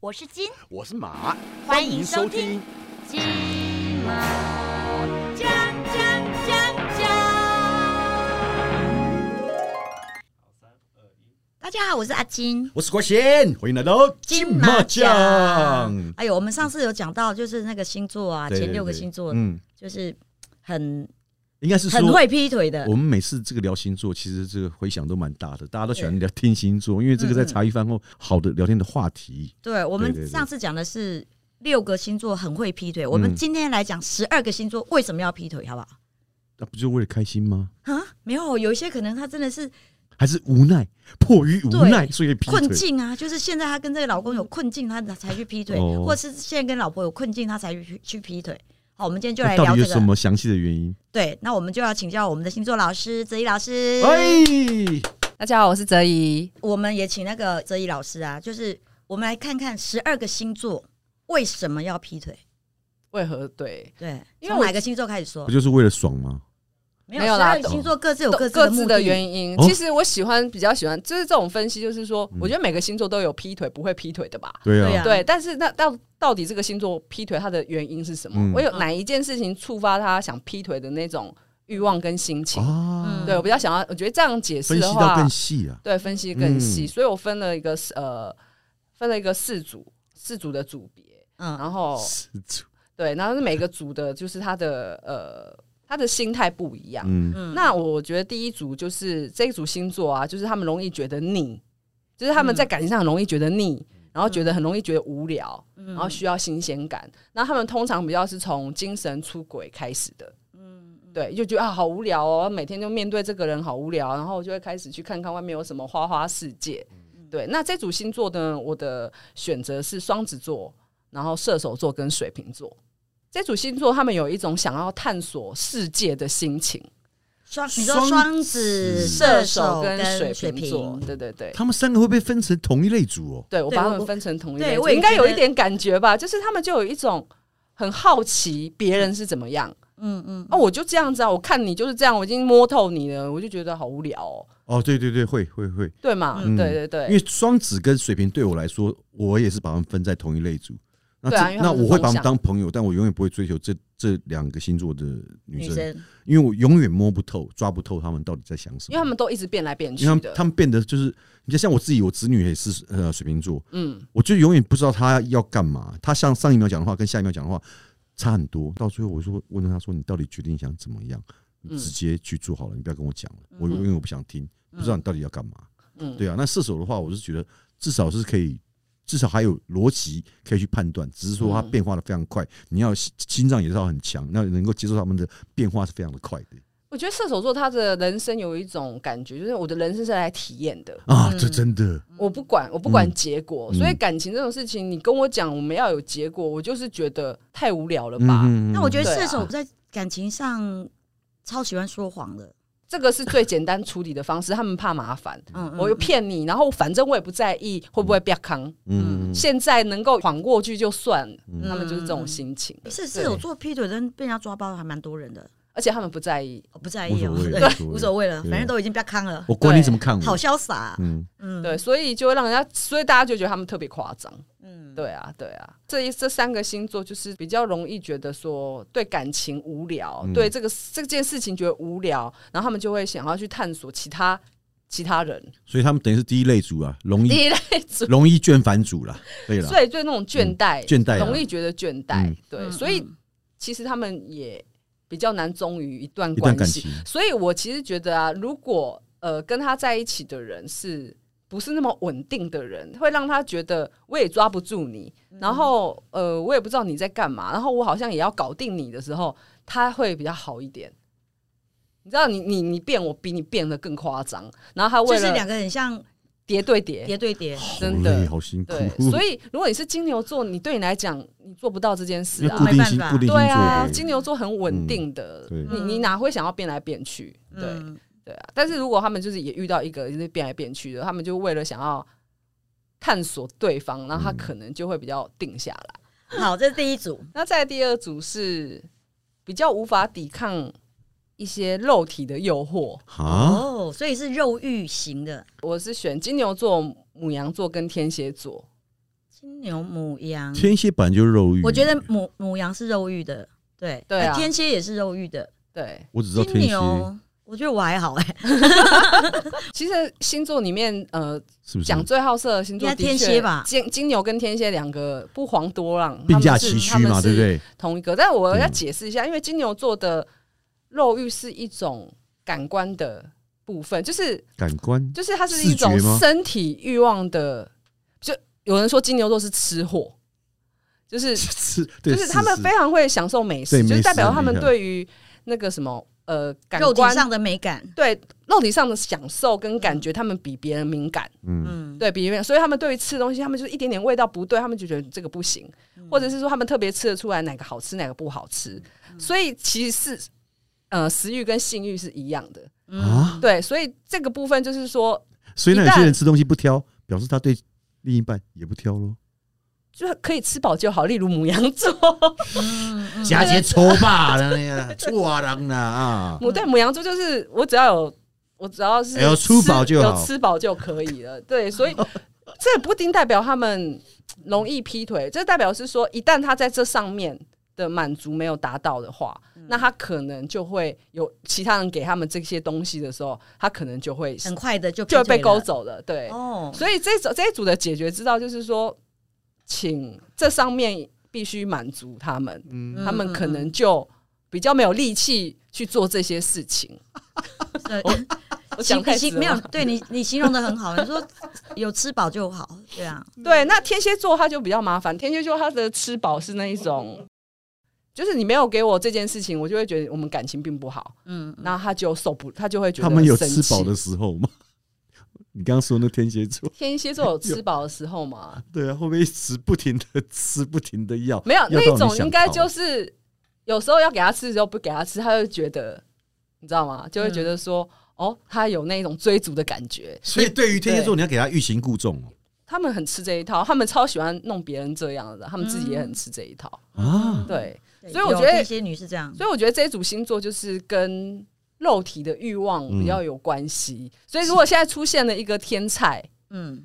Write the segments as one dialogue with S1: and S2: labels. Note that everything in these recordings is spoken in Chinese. S1: 我是金
S2: 我是马，
S1: 欢迎收听。金毛讲讲讲讲。大家好，我是阿金。
S2: 我是郭贤，欢迎来到
S1: 哎呦，我们上次有讲到，就是那个星座啊，
S2: 对对
S1: 前六个
S2: 对
S1: 星座，
S2: 嗯，
S1: 就是很
S2: 应该是说
S1: 很会劈腿的
S2: 我。们每次这个聊星座，其实这个回响都蛮大的，大家都喜欢聊听星
S1: 嗯
S2: 座，因为这个在茶余饭后好的聊天的话题。
S1: 对，我
S2: 对
S1: 们
S2: 对
S1: 上次讲的是六个星座很会劈腿，我
S2: 嗯
S1: 们今天来讲十二个星座为什么要劈腿，好不好？
S2: 那不就为了开心吗？
S1: 啊，没有，有一些可能他真的是
S2: 还是无奈，迫于无奈，
S1: 对
S2: 所以劈腿
S1: 困。境啊，就是现在他跟这个老公有困境，他才去劈腿，
S2: 哦
S1: 或是现在跟老婆有困境，他才去去劈腿。好，我们今天就来
S2: 那到
S1: 聊
S2: 底有
S1: 这
S2: 什
S1: 个。
S2: 么详细的原因？
S1: 对，那我们就要请教我们的星座老师泽一老师。嗯
S2: 哎，
S3: 大家好，我是泽怡。
S1: 我们也请那个泽一老师啊，就是我们来看看十二个星座为什么要劈腿。
S3: 为何对？
S1: 对，
S3: 因为
S1: 从
S3: 我
S1: 哪个星座开始说
S2: 不？就是为了爽吗？
S1: 没有，
S3: 没
S1: 十
S3: 有啦
S1: 二个星座各自有各自
S3: 各
S1: 的
S3: 自
S1: 目
S3: 的
S1: 的
S3: 原因。
S2: 哦
S3: 其实我喜欢比较喜欢，就是这种分析，就是说，
S2: 嗯
S3: 我觉得每个星座都有劈腿不会劈腿的吧。
S2: 对啊，
S1: 啊
S3: 对，但是那到到底这个星座劈腿它的原因是什么？
S2: 嗯
S3: 我有哪一件事情触发他想劈腿的那种欲望跟心情？
S2: 啊，
S3: 对我比较想要，我觉得这样解释
S2: 分析到
S3: 的话
S2: 更，细啊。
S3: 对分析更细，
S2: 嗯
S3: 所以我分了一个呃，分了一个四组，四组的组别，
S1: 嗯，
S3: 然后对，然后是每个组的，就是他的呃，他的心态不一样。
S2: 嗯，
S1: 嗯
S3: 那我觉得第一组就是这一组星座啊，就是他们容易觉得腻，就是他们在感情上很容易觉得腻，然后觉得很容易觉得无聊，然后需要新鲜感。然后他们通常比较是从精神出轨开始的。对，就觉得啊好无聊哦，每天就面对这个人好无聊，然后就会开始去看看外面有什么花花世界。对，那这组星座呢，我的选择是双子座，然后射手座跟水瓶座。这组星座他们有一种想要探索世界的心情，
S1: 双你说
S2: 双
S1: 双子、
S2: 子
S1: 射
S3: 手
S1: 手
S3: 跟
S1: 跟水
S3: 瓶座
S1: 瓶，，
S3: 对对对。
S2: 他们三个会被分成同一类组哦。
S3: 对，我
S1: 对
S3: 把
S1: 我
S3: 他们
S1: 我
S3: 分成同一
S1: 对
S3: 类
S1: 我
S3: 组，
S1: 也
S3: 应该
S1: 觉
S3: 有
S1: 得
S3: 一点感觉吧？就是他们就有一种很好奇别人是怎么样。
S1: 嗯嗯，
S3: 哦，我就这样子啊，我看你就是这样，我已经摸透你了，我就觉得好无聊哦，
S2: 哦，对对对，会会会，
S3: 对嘛？
S2: 嗯
S3: 对对
S2: 因
S3: 对，
S2: 为双子跟水瓶对我来说，我也是把他们分在同一类组。那这
S3: 对啊因为他
S2: 那
S3: 们是
S2: 我会把他们
S3: 风象
S2: 当朋友，但我永远不会追求这这两个星座的女
S1: 女
S2: 生，
S1: 生
S2: 因为我永远摸不透、抓不透他们到底在想什么。
S3: 因为他们都一直变来变去
S2: 因为他
S3: 的
S2: 们，他们变得就是，你看像我自己，我子女也是呃水瓶座，
S3: 嗯，
S2: 我就永远不知道他要干嘛。他像上一秒讲的话跟下一秒讲的话差很多，到最后我说问他说你到底决定想怎么样，你
S3: 嗯
S2: 直接去做好了，你不要跟我讲了，我因为我不想听，不知道你到底要干嘛。
S3: 嗯
S2: 对啊，那射手的话，我是觉得至少是可以，至少还有逻辑可以去判断，只是说它
S3: 嗯
S2: 变化的非常快，你要心心脏也是要很强，那能够接受他们的变化是非常的快的
S3: 我觉得射手座他的人生有一种感觉，就是我的人生是来体验的，
S2: 啊，
S1: 嗯
S2: 这真的
S3: 我不管我不管结果，
S2: 嗯
S3: 所以感情这种事情，你跟我讲我们要有结果，我就是觉得太无聊了吧。
S2: 嗯
S1: 那我觉得
S3: 对啊
S1: 射手在感情上超喜欢说谎的，
S3: 这个是最简单处理的方式，他们怕麻烦，
S1: 嗯，嗯
S3: 我又骗你，然后反正我也不在意会不会被坑，
S2: 嗯
S3: 现在能够缓过去就算了，
S2: 嗯
S3: 他们就是这种心情，
S1: 是射手座劈腿真被人家抓包的还蛮多人的，
S3: 而且他们不在意。
S1: 我不在意哦，
S2: 无 所谓
S1: 对，
S2: 无所谓
S1: 无所谓了，
S2: 对
S1: 反正都已经被坑了，
S2: 我管你
S3: 对
S2: 怎么看
S1: 好
S2: 我，
S1: 潇洒啊，
S2: 嗯，
S1: 嗯，
S3: 对，所以就会让人家，所以大家就觉得他们特别夸张。
S1: 嗯，
S3: 对啊，对啊，这一这三个星座就是比较容易觉得说对感情无聊，
S2: 嗯
S3: 对这个这件事情觉得无聊，然后他们就会想要去探索其他其他人。
S2: 所以他们等于是第一类组啊， 容易
S3: 第一类组，
S2: 容易倦烦组啦，对啦，
S3: 所以就那种倦怠，
S2: 倦怠啊
S3: 容易觉得倦怠。
S2: 嗯
S3: 对，
S1: 嗯
S3: 所以
S1: 嗯
S3: 其实他们也比较难忠于一段
S2: 一段
S3: 关
S2: 感
S3: 系。
S2: 情，
S3: 所以我其实觉得啊，如果呃跟他在一起的人是不是那么稳定的人，会让他觉得我也抓不住你，
S1: 嗯
S3: 然后呃我也不知道你在干嘛，然后我好像也要搞定你的时候，他会比较好一点。你知道你，你你变我比你变得更夸张，然后他
S1: 就
S3: 为
S1: 是
S3: 了
S1: 两个很像
S3: 叠对叠，
S1: 叠对叠，
S2: 好
S3: 真的
S2: 累，好辛苦
S3: 对，， 所以如果你是金牛座，你对你来讲你做不到这件事
S2: 因为固
S3: 啊，
S2: 定
S1: 没
S2: 星
S1: 办法
S2: 固定星
S3: 对啊，
S2: 座
S3: 金牛座很稳定的，
S2: 嗯
S1: 对
S3: 你你哪会想要变来变去？对，
S1: 嗯，
S3: 对啊，但是如果他们就是也遇到一个就是变来变去的，他们就为了想要探索对方，然后
S2: 嗯
S3: 他可能就会比较定下来。
S1: 好，这是第一组，
S3: 那再来第二组是比较无法抵抗一些肉体的诱惑，
S2: 啊，
S1: 哦，所以是肉欲型的，
S3: 我是选金牛座、母羊座跟天蝎座。
S1: 金牛、母羊，
S2: 天蝎本来就是肉欲，
S1: 我觉得母母羊是肉欲的，对
S3: 对啊
S1: 呃天蝎也是肉欲的，
S3: 对，
S2: 我只知道
S1: 金
S2: 天蝎
S1: 牛我觉得我还好哎、
S3: 其实星座里面，呃，
S2: 是不是？
S3: 讲最好色的星座
S1: 应
S3: 的
S1: 该
S3: 确，
S1: 天蝎吧
S3: 金金牛跟天蝎两个不遑多让，
S2: 并驾
S3: 他们
S2: 齐
S3: 是
S2: 驱嘛，对不？
S3: 他们是
S2: 对？
S3: 同一个，但我要
S2: 嗯
S3: 解释一下，因为金牛座的肉欲是一种感官的部分，就是
S2: 感 官
S3: 就是它是
S2: 视
S3: 一种
S2: 觉吗
S3: 身体欲望的，就有人说金牛座是吃货，就是
S2: 是，对，
S3: 就是他们非常会享受美食，
S2: 对
S3: 就是代表
S2: 美食
S3: 他
S2: 很
S3: 们
S2: 厉害
S3: 对于那个什么呃感
S1: 肉体
S3: 官
S1: 上的美感，
S3: 对肉体上的享受跟感觉，他们比别人敏感，
S2: 嗯，
S1: 嗯，
S3: 对比别人，所以他们对于吃的东西，他们就是一点点味道不对，他们就觉得这个不行，或者是说他们特别吃得出来哪个好吃，哪个不好吃，所以其实是呃食欲跟性欲是一样的，
S2: 啊
S3: 对，所以这个部分就是说
S2: 所以那
S3: 一
S2: 有
S3: 旦
S2: 些人吃东西不挑，表示他对另一半也不挑喽。
S3: 就是可以吃饱就好，例如母羊座，
S1: 嗯嗯
S2: 加些粗 霸的那个粗啊人啦啊，
S3: 母对母羊座就是我只要有我只要是
S2: 哎呦吃饱就好
S3: 有吃饱就可以了。 对，所以这不一定代表他们容易劈腿，这代表是说一旦他在这上面的满足没有达到的话，
S1: 嗯
S3: 那他可能就会有其他人给他们这些东西的时候，他可能就会
S1: 很快的就
S3: 就会
S1: 劈腿
S3: 被勾
S1: 了
S3: 走了。对，
S1: 哦，
S3: 所以这组这一组的解决之道就是说，请这上面必须满足他们。
S2: 嗯，
S3: 他们可能就比较没有力气去做这些事情。
S1: 对
S3: 我
S1: 形
S3: 讲太
S1: 你
S3: 直
S1: 形
S3: 了
S1: 没有，对你你形容的很好，你说有吃饱就好，对啊，
S3: 对，那天蝎座他就比较麻烦。天蝎座他的吃饱是那一种，就是你没有给我这件事情，我就会觉得我们感情并不好，
S1: 嗯，
S3: 那他就受不，他就会觉得
S2: 他们有
S3: 生
S2: 吃饱
S3: 气
S2: 的。时候吗？ 你刚刚说那天蝎座，
S3: 天 蝎座有吃饱的时候吗？
S2: 对啊，会不会一直不停的吃，不停的要？
S3: 没有，那一种应该
S2: 啊
S3: 就是是有时候要给他吃的时候不给他吃，他就觉得你知道吗？就会
S1: 嗯
S3: 觉得说、哦，他有那一种追逐的感觉。
S2: 所以对于天蝎座，你要给他欲擒故纵哦
S3: 他们很吃这一套，他们超喜欢弄别人这样的，他们自己也很吃这一套。
S2: 啊，
S3: 对，
S1: 对
S3: 所以我
S1: 有
S3: 觉得
S1: 这些女是这样，
S3: 所以我觉得这一组星座就是跟肉体的欲望比较有关系。所以如果现在出现了一个天才，
S1: 嗯，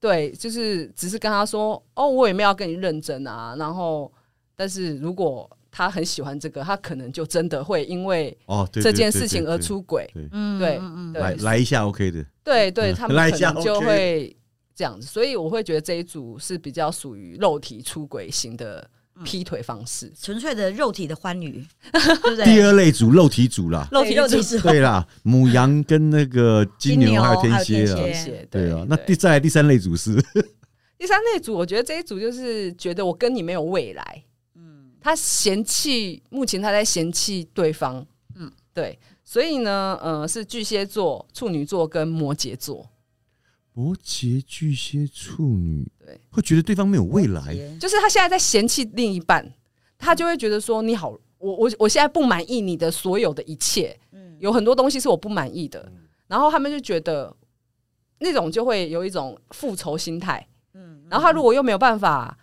S3: 对，就是只是跟他说：“哦，我也没有要跟你认真啊。”然后，但是如果他很喜欢这个，他可能就真的会因为
S2: 哦，对，
S3: 这
S2: 对
S3: 件
S2: 对
S3: 事情
S2: 对
S3: 而
S2: 对
S3: 出轨。
S1: 嗯，
S3: 对
S1: 嗯嗯
S3: 对
S2: 来来一下 OK 的，
S3: 对对，
S2: 嗯
S3: 他们
S2: 来一
S3: 可
S2: 下
S3: 能就
S2: OK
S3: 会这样子。所以我会觉得这一组是比较属于肉体出轨型的
S2: 嗯
S3: 劈腿方式。
S1: 纯粹的肉体的欢愉，对不对？
S2: 第二类组肉体组啦，
S1: 对肉体
S3: 出
S1: 之后，
S2: 对啦，母羊跟那个金
S1: 金
S2: 牛
S1: 牛
S2: 还有天
S1: 还
S2: 蝎
S1: 有
S2: 啊
S1: 天，
S3: 一些
S2: 对啊，那第再来第三类组是
S3: 第三那组，我觉得这一组就是觉得我跟你没有未来，嗯，他嫌弃，目前他在嫌弃对方，嗯
S1: 嗯，
S3: 对，所以呢，呃，是巨蟹座、处女座跟摩羯座，
S2: 摩羯、巨蟹、处女，
S3: 对，
S2: 会觉得对方没有未来，
S3: 就是他现在在嫌弃另一半，他就会觉得说你好，我我我现在不满意你的所有的一切，
S1: 嗯
S3: 有很多东西是我不满意的，然后他们就觉得那种就会有一种复仇心态，
S1: 嗯
S3: 然后他如果又没有办法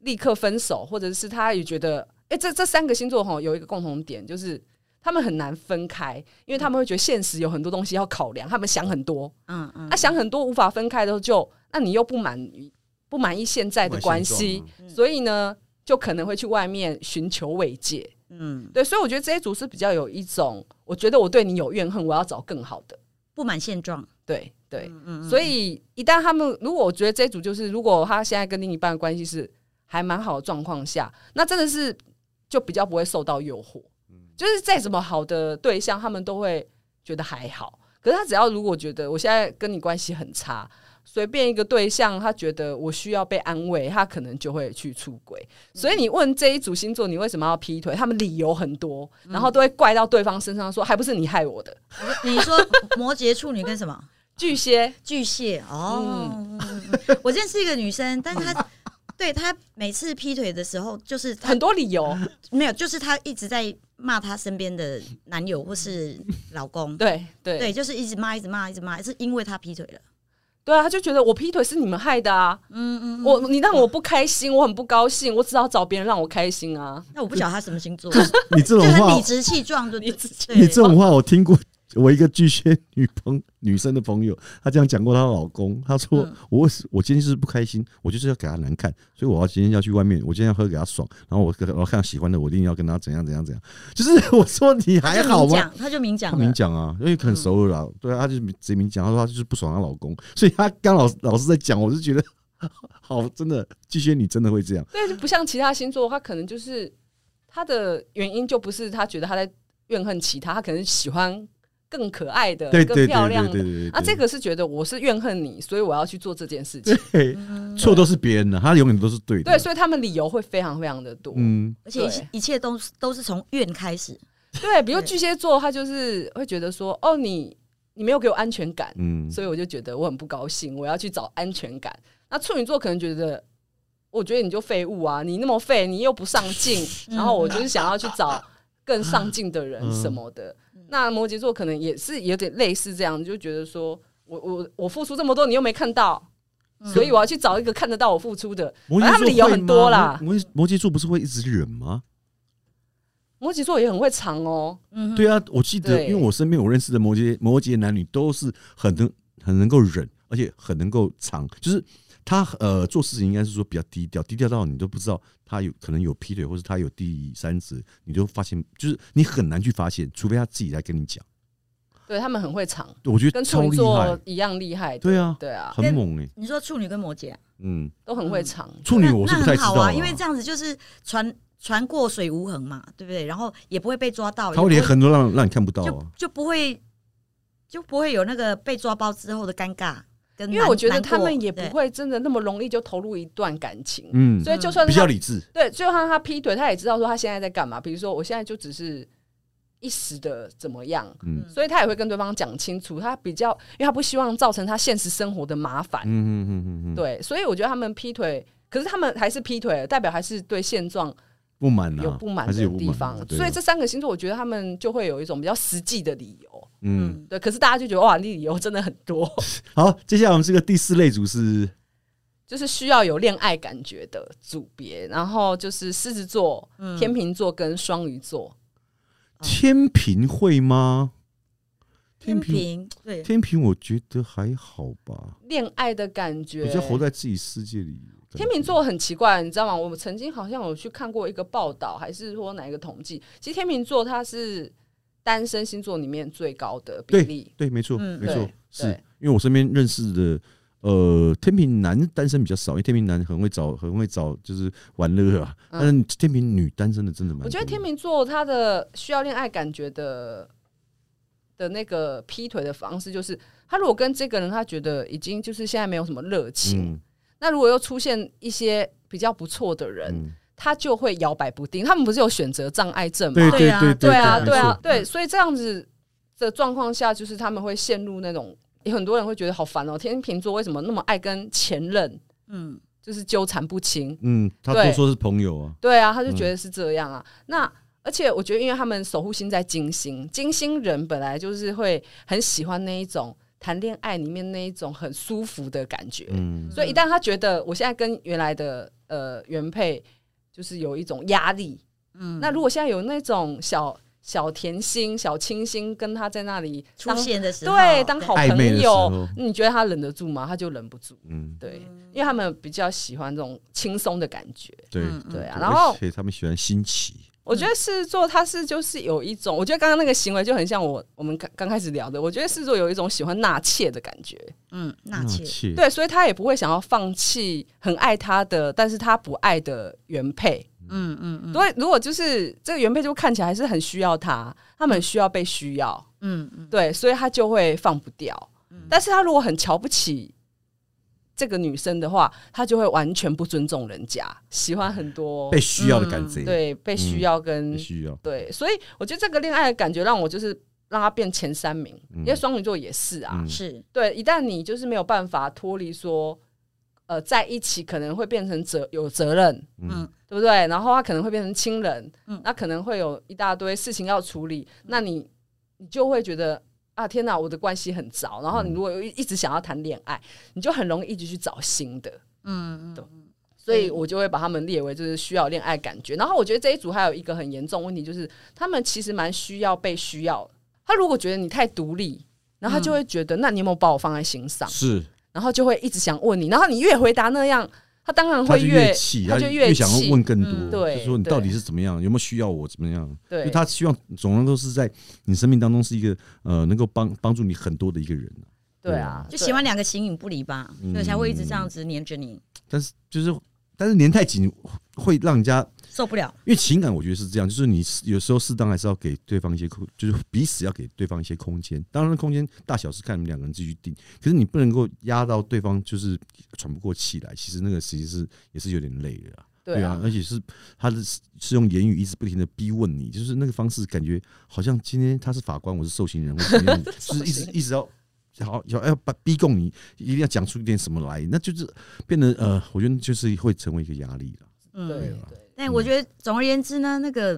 S3: 立刻分手，或者是他也觉得，哎、这这三个星座哈有一个共同点，就是他们很难分开，因为他们会觉得现实有很多东西要考量，他们想很多，
S1: 嗯嗯
S3: 那、想很多无法分开的时候就，那你又不满于不满意现啊在的关系，所以呢，就可能会去外面寻求慰藉。
S1: 嗯，
S3: 对，所以我觉得这一组是比较有一种，我觉得我对你有怨恨，我要找更好的。
S1: 不满现状，
S3: 对对，
S1: 嗯嗯，
S3: 所以一旦他们，如果我觉得这一组就是，如果他现在跟另一半的关系是还蛮好的状况下，那真的是就比较不会受到诱惑。就是再怎么好的对象，他们都会觉得还好。可是他只要如果觉得我现在跟你关系很差，随便一个对象，他觉得我需要被安慰，他可能就会去出轨。所以你问这一组星座，你为什么要劈腿？他们理由很多，然后都会怪到对方身上说还不是你害我的。
S1: 你说摩羯、处女跟什么
S3: 巨蟹，
S1: 巨蟹？哦，嗯嗯嗯我认识一个女生，但是她。对她每次劈腿的时候，就是她
S3: 很多理由，
S1: 没有，就是她一直在骂她身边的男友或是老公，
S3: 对对
S1: 对，就是一直骂，一直骂，一直骂，是因为她劈腿了。
S3: 对啊，他就觉得我劈腿是你们害的啊！
S1: 嗯嗯，
S3: 我你让我不开心，我很不高兴，我只好找别人让我开心啊！
S1: 那我不晓得她什么星座，
S2: 你这
S1: 就
S2: 种
S1: 很
S2: 话
S1: 理，直气壮，就对
S3: 理直气
S1: 对
S2: 你这种话我听过我一个巨蟹女朋女生的朋友，她这样讲过她老公，她说
S1: 嗯
S2: 我我今天就是不开心，我就是要给她难看，所以我要今天要去外面，我今天要喝给她爽，然后我我要看喜欢的，我一定要跟她怎样怎样怎样。就是我说你
S1: 他
S2: 还
S1: 就
S2: 好
S1: 明
S2: 吗？
S1: 讲，他就明
S2: 她
S1: 讲
S2: 明
S1: 了，
S2: 讲啊，因为很熟了啦，
S3: 嗯
S2: 对啊，她就直接明讲，她说她就是不爽她老公， 所以她刚老老师在讲，我就觉得 好，真的巨蟹女真的会这样，
S3: 对，就不像其他星座，他可能就是他的原因就不是他觉得他在怨恨其他，他可能喜欢更可爱的、
S2: 对对
S3: 更
S2: 对
S3: 漂
S2: 对
S3: 亮
S2: 对对对，
S3: 的。啊，这
S2: 个
S3: 个是觉得我是怨恨你，所以我要去做这件事情。
S2: 对
S1: 嗯
S2: 错都是别人的，她永远都是对的，
S3: 对，所以他们理由会非常非常的多。
S2: 嗯，
S1: 而且一
S3: 对
S1: 切一切都是都是从怨开始，
S3: 对，比如
S1: 对
S3: 巨蟹座，他就是会觉得说，哦，你你没有给我安全感，
S2: 嗯，
S3: 所以我就觉得我很不高兴，我要去找安全感。那处女座可能觉得，我觉得你就废物啊，你那么废，你又不上 进，
S1: 嗯
S3: 然后我就是想要去找更上进的人
S2: 嗯
S3: 什么的。那摩羯座可能也是有点类似这样，就觉得说我我我付出这么多，你又没看到，
S1: 嗯
S3: 所以我要去找一个看得到我付出的。
S2: 摩羯
S3: 反正他
S2: 座
S3: 们理由
S2: 会
S3: 很
S2: 吗
S3: 多啦
S2: 摩摩摩羯座不是会一直忍吗？
S3: 摩羯座也很会藏哦，
S1: 嗯，
S2: 对啊，我记得，
S3: 对
S2: 因为我身边我认识的摩羯摩羯男女都是很能很能够忍，而且很能够藏，就是他呃做事情应该是说比较低调，低调到你都不知道他有可能有劈腿，或者他有第三者，你都发现就是你很难去发现，除非他自己来跟你讲。
S3: 对他们很会藏，
S2: 我觉得
S3: 跟
S2: 超
S3: 处女
S2: 厉
S3: 座
S2: 害，
S3: 一样厉害的。
S2: 对啊，
S3: 对啊，
S2: 很猛哎、
S1: 你说处女跟摩羯啊，
S2: 嗯，
S3: 都很会藏。
S2: 处女我是
S1: 那那
S2: 不太
S1: 很
S2: 知道
S1: 好
S2: 啦、
S1: 啊，因为这样子就是船船过水无痕嘛，对不对？然后也不会被抓到，
S2: 他会
S1: 也
S2: 连
S1: 不会
S2: 很多让让你看不到
S1: 就
S2: 啊，
S1: 就不会就不会有那个被抓包之后的尴尬跟难，
S3: 因为我觉得
S1: 难过
S3: 他们也不
S1: 对
S3: 会真的那么容易就投入一段感情，
S2: 嗯，
S3: 所以就算
S2: 比
S3: 是
S2: 较
S3: 他
S2: 理智，
S3: 对，就算他劈腿，他也知道说他现在在干嘛。比如说，我现在就只是一时的怎么样，
S2: 嗯
S3: 所以他也会跟对方讲清楚，他比较，因为他不希望造成他现实生活的麻烦。
S2: 嗯嗯嗯嗯嗯，，
S3: 对，所以我觉得他们劈腿，可是他们还是劈腿了，代表还是对现状
S2: 不满啊，
S3: 有不满
S2: 还是
S3: 的
S2: 有不
S3: 地
S2: 满
S3: 方。
S2: 对啊
S3: 所以这三个星座，我觉得他们就会有一种比较实际的理由。
S2: 嗯。
S1: 嗯，
S3: 对，可是大家就觉得哇，你理由真的很多，
S2: 好，接下来我们这个第四类组是
S3: 就是需要有恋爱感觉的组别，然后就是狮子座、
S1: 嗯
S3: 天秤座跟双鱼座。啊
S2: 天平会吗？
S1: 天
S2: 平
S1: 平对，
S2: 天平我觉得还好吧，
S3: 恋爱的感觉，
S2: 比较活在自己世界里。
S3: 天秤座很奇怪，你知道吗？我们曾经好像有去看过一个报道，还是说哪一个统计？其实天秤座它是单身星座里面最高的比例，
S2: 对，没错，
S1: 嗯
S2: 没错
S3: 对，
S2: 是
S3: 对
S2: 因为我身边认识的。呃，天平男单身比较少，因为天平男很会找，很会找，就是玩乐啊。
S3: 嗯
S2: 但是天平女单身的真的蛮多的。
S3: 我觉得天秤座它的需要恋爱感觉的的那个劈腿的方式，就是他如果跟这个人他觉得已经就是现在没有什么热情，
S2: 嗯
S3: 那如果又出现一些比较不错的人，
S2: 嗯，
S3: 他就会摇摆不定。他们不是有选择障碍症吗？
S2: 对
S1: 对
S2: 对
S1: 啊
S2: 对
S3: 对啊，对啊，，
S2: 没错
S3: 对，所以这样子的状况下，就是他们会陷入那种，有很多人会觉得好烦哦，天秤座为什么那么爱跟前任
S1: 嗯，
S3: 就是纠缠不清？
S2: 嗯，他
S3: 对
S2: 都说是朋友啊，
S3: 对啊，他就觉得是这样啊。那而且我觉得，因为他们守护星在金星，金星人本来就是会很喜欢那一种谈恋爱里面那一种很舒服的感觉，
S2: 嗯
S3: 所以一旦他觉得我现在跟原来的呃原配就是有一种压力，
S1: 嗯
S3: 那如果现在有那种小小甜心、小清新跟他在那里
S1: 出
S3: 当
S1: 现的时候，
S3: 对当好
S2: 暧昧的
S3: 朋
S2: 时
S3: 友，
S2: 候，
S3: 你觉得他忍得住吗？他就忍不住，
S2: 嗯，
S3: 对，因为他们比较喜欢这种轻松的感觉。
S2: 对
S1: 嗯嗯
S3: 对啊
S2: 对
S3: 然后
S2: 而且他们喜欢新奇，
S3: 我觉得狮子座他是就是有一种，我觉得刚刚那个行为就很像我我们刚刚开始聊的，我觉得狮子座有一种喜欢纳妾的感觉，
S1: 嗯，纳妾，
S2: 妾，
S3: 对，所以他也不会想要放弃很爱他的，但是他不爱的原配。
S1: 嗯嗯嗯，
S3: 如果如果就是这个原配就看起来还是很需要他，他们很需要被需要，
S1: 嗯嗯
S3: 对，所以他就会放不掉。
S2: 嗯
S3: 但是他如果很瞧不起这个女生的话，他就会完全不尊重人家，喜欢很多
S2: 被需要的感觉，
S3: 对被需要跟、
S2: 被需要，
S3: 对，所以我觉得这个恋爱的感觉让我就是让他变前三名，
S2: 嗯
S3: 因为双鱼座也是啊，
S2: 嗯
S1: 是，
S3: 对，一旦你就是没有办法脱离说，呃，在一起可能会变成责有责任，
S1: 嗯
S3: 对不对？然后他可能会变成亲人，
S1: 嗯
S3: 那可能会有一大堆事情要处理，那你你就会觉得啊，天哪，我的关系很糟。
S1: 嗯
S3: 然后你如果又一一直想要谈恋爱，你就很容易一直去找新的，
S1: 嗯
S3: 对
S1: 嗯
S3: 所以我就会把他们列为就是需要恋爱感觉。然后我觉得这一组还有一个很严重问题，就是他们其实蛮需要被需要，他如果觉得你太独立，然后他就会觉
S1: 嗯
S3: 得，那你有没有把我放在心上？
S2: 是，
S3: 然后就会一直想问你，然后你越回答那样，他当然
S2: 他
S3: 会
S2: 就越气，
S3: 他
S2: 他
S3: 就
S2: 就越想要
S3: 气。
S2: 问更多，
S1: 嗯
S3: 对
S2: 就说你到底是怎么样，有没有需要我怎么样？因
S3: 对
S2: 为，他希望总能都是在你生命当中是一个呃能够帮帮助你很多的一个人啊
S3: 对啊，
S1: 就喜欢两个形影不离吧，
S2: 嗯
S1: 所以才会一直这样子黏着你，
S2: 但是就是但是黏太紧会让人家，
S1: 受不了。
S2: 因为情感我觉得是这样，就是你有时候适当还是要给对方一些空，就是彼此要给对方一些空间。当然，空间大小是看你们两个人自己去定，可是你不能够压到对方就是喘不过气来，其实那个其实是也是有点累的啊。
S3: 对
S2: 啊
S3: 啊，，
S2: 而且是他的是是用言语一直不停的逼问你，就是那个方式，感觉好像今天他是法官，我是受刑人，或怎么样，就是一直一直要好要要把逼供你，一定要讲出一点什么来，那就是变得呃，我觉得就是会成为一个压力了。
S3: 对
S1: 嗯，
S2: 啊
S3: 对
S1: 但我觉得总而言之呢，那个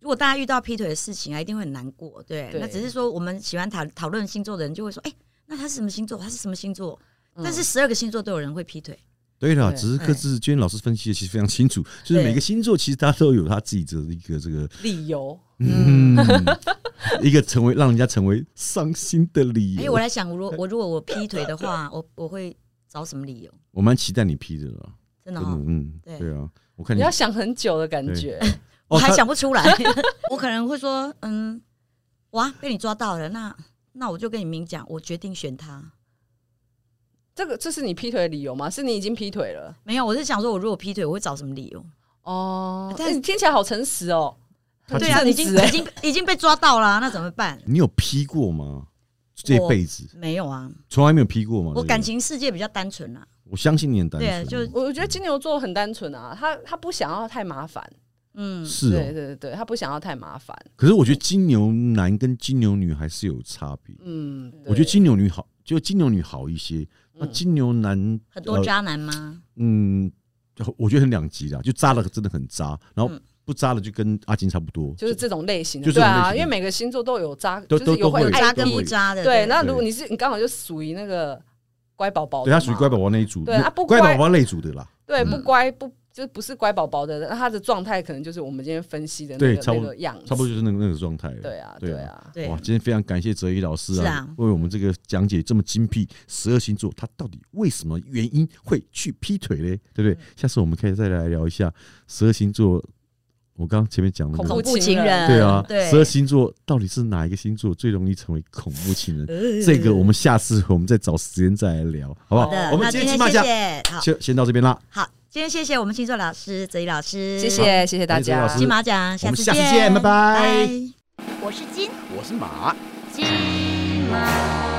S1: 如果大家遇到劈腿的事情啊，一定会很难过。对，
S3: 对
S1: 那只是说我们喜欢讨讨论星座的人就会说，哎、那他是什么星座？他是什么星座？
S3: 嗯
S1: 但是十二个星座都有人会劈腿，
S2: 对了，
S3: 对
S2: 只是各自娟老师分析的其实非 常清楚，就是
S1: 哎对嗯
S2: 每个星座其实他都有他自己的一个这个
S3: 理由，
S2: 嗯，一个成为让人家成为伤心的理
S1: 哎、
S2: 由。
S1: 我来想，我如我如果我劈腿的话，我我会找什么理由？
S2: 我蛮期待你批的了，
S1: 真的
S2: 真
S1: 哈、
S2: 的，嗯，
S1: 哦对
S2: 对啊，我看
S3: 你
S2: 你
S3: 要想很久的感觉。
S1: 我
S2: 哦，
S1: 还
S2: 他
S1: 想不 出来。我可能会说，嗯，哇，被你抓到了，那那我就跟你明讲，我决定选他。
S3: 这个这是你劈腿的理由吗？是你已经劈腿了
S1: 没有，我是想说，我如果劈腿，我会找什么理由？
S3: 哦
S1: 但
S3: 但你听起来好诚实哦。
S2: 他
S1: 对啊，
S3: 很
S1: 已
S3: 正直
S1: 经
S3: 欸
S1: 已经已经被抓到了啊、那怎么办？
S2: 你有批过吗？这辈子
S1: 没有啊，
S2: 从来没有批过吗？
S1: 我
S2: 这个
S1: 感，情世界比较单纯啦、
S2: 我相信你很单
S1: 对啊，
S2: 纯，
S1: 就
S3: 我我觉得金牛座很单纯啊，他他不想要太麻烦，
S1: 嗯，
S2: 是
S3: 对
S2: 哦。
S3: 对对，他不想要太麻烦。
S2: 可是我觉得金牛男跟金牛女还是有差别。
S3: 嗯，对
S2: 我觉得金牛女好，就金牛女好一些。那
S3: 嗯
S2: 金牛男
S1: 很多
S2: 呃
S1: 渣男吗？
S2: 嗯，我觉得很两极啦，就渣了真的很渣，然后
S1: 嗯
S2: 不渣了就跟阿金差不多。
S3: 就是这种类型的，
S2: 就这
S3: 对
S2: 种类
S3: 啊，
S2: 型
S3: 因为每个星座都有渣，
S2: 都
S3: 就是有
S2: 都
S3: 有
S2: 会
S1: 渣
S3: 爱
S1: 跟
S2: 都
S1: 不
S2: 会
S1: 渣的，啊
S3: 对，那如果
S2: 对
S3: 你是你刚好就属于那个乖宝宝的
S2: 对
S3: 嘛，
S2: 他属于乖宝宝那一组，
S3: 对啊不
S2: 乖
S3: 乖
S2: 宝宝那一组的啦。
S3: 对
S2: 嗯
S3: 不乖不就不是乖宝宝的人，那他的状态可能就是我们今天分析的
S2: 对
S3: 那
S2: 差
S3: 个
S2: 不
S3: 那
S2: 多
S3: 个样子，
S2: 差不多就是那个那个状态了。
S3: 对啊
S2: 对啊
S3: 对啊，
S1: 对
S2: 哇，今天非常感谢哲一老师
S1: 是
S2: 啊
S1: 啊，
S2: 为我们这个讲解这么精辟，十二星座它到底为什么原因会去劈腿嘞？对不
S3: 嗯
S2: 对？下次我们可以再来聊一下十二星座。我刚刚前面讲那
S3: 恐
S1: 恐
S2: 个，
S3: 怖
S1: 怖情
S3: 情
S1: 人，
S3: 人
S2: 对啊，
S1: 对，
S2: 十二星座到底是哪一个星座最容易成为恐怖情
S1: 呃
S2: 人？这个我们下次我们再找时间再来聊，好不好
S1: 好的，？
S2: 我们
S1: 那今
S2: 今
S1: 天
S2: 天金马
S1: 谢
S2: 奖
S1: 谢，好
S2: 就先到这边啦，
S1: 好，今天谢谢我们星座老师泽一老师，
S3: 谢谢谢谢大
S2: 谢谢哎老
S3: 家
S2: 师。
S1: 金马奖，下
S2: 我们
S1: 次
S2: 下次见拜拜
S1: 我是金
S4: 我是马。
S1: 金马。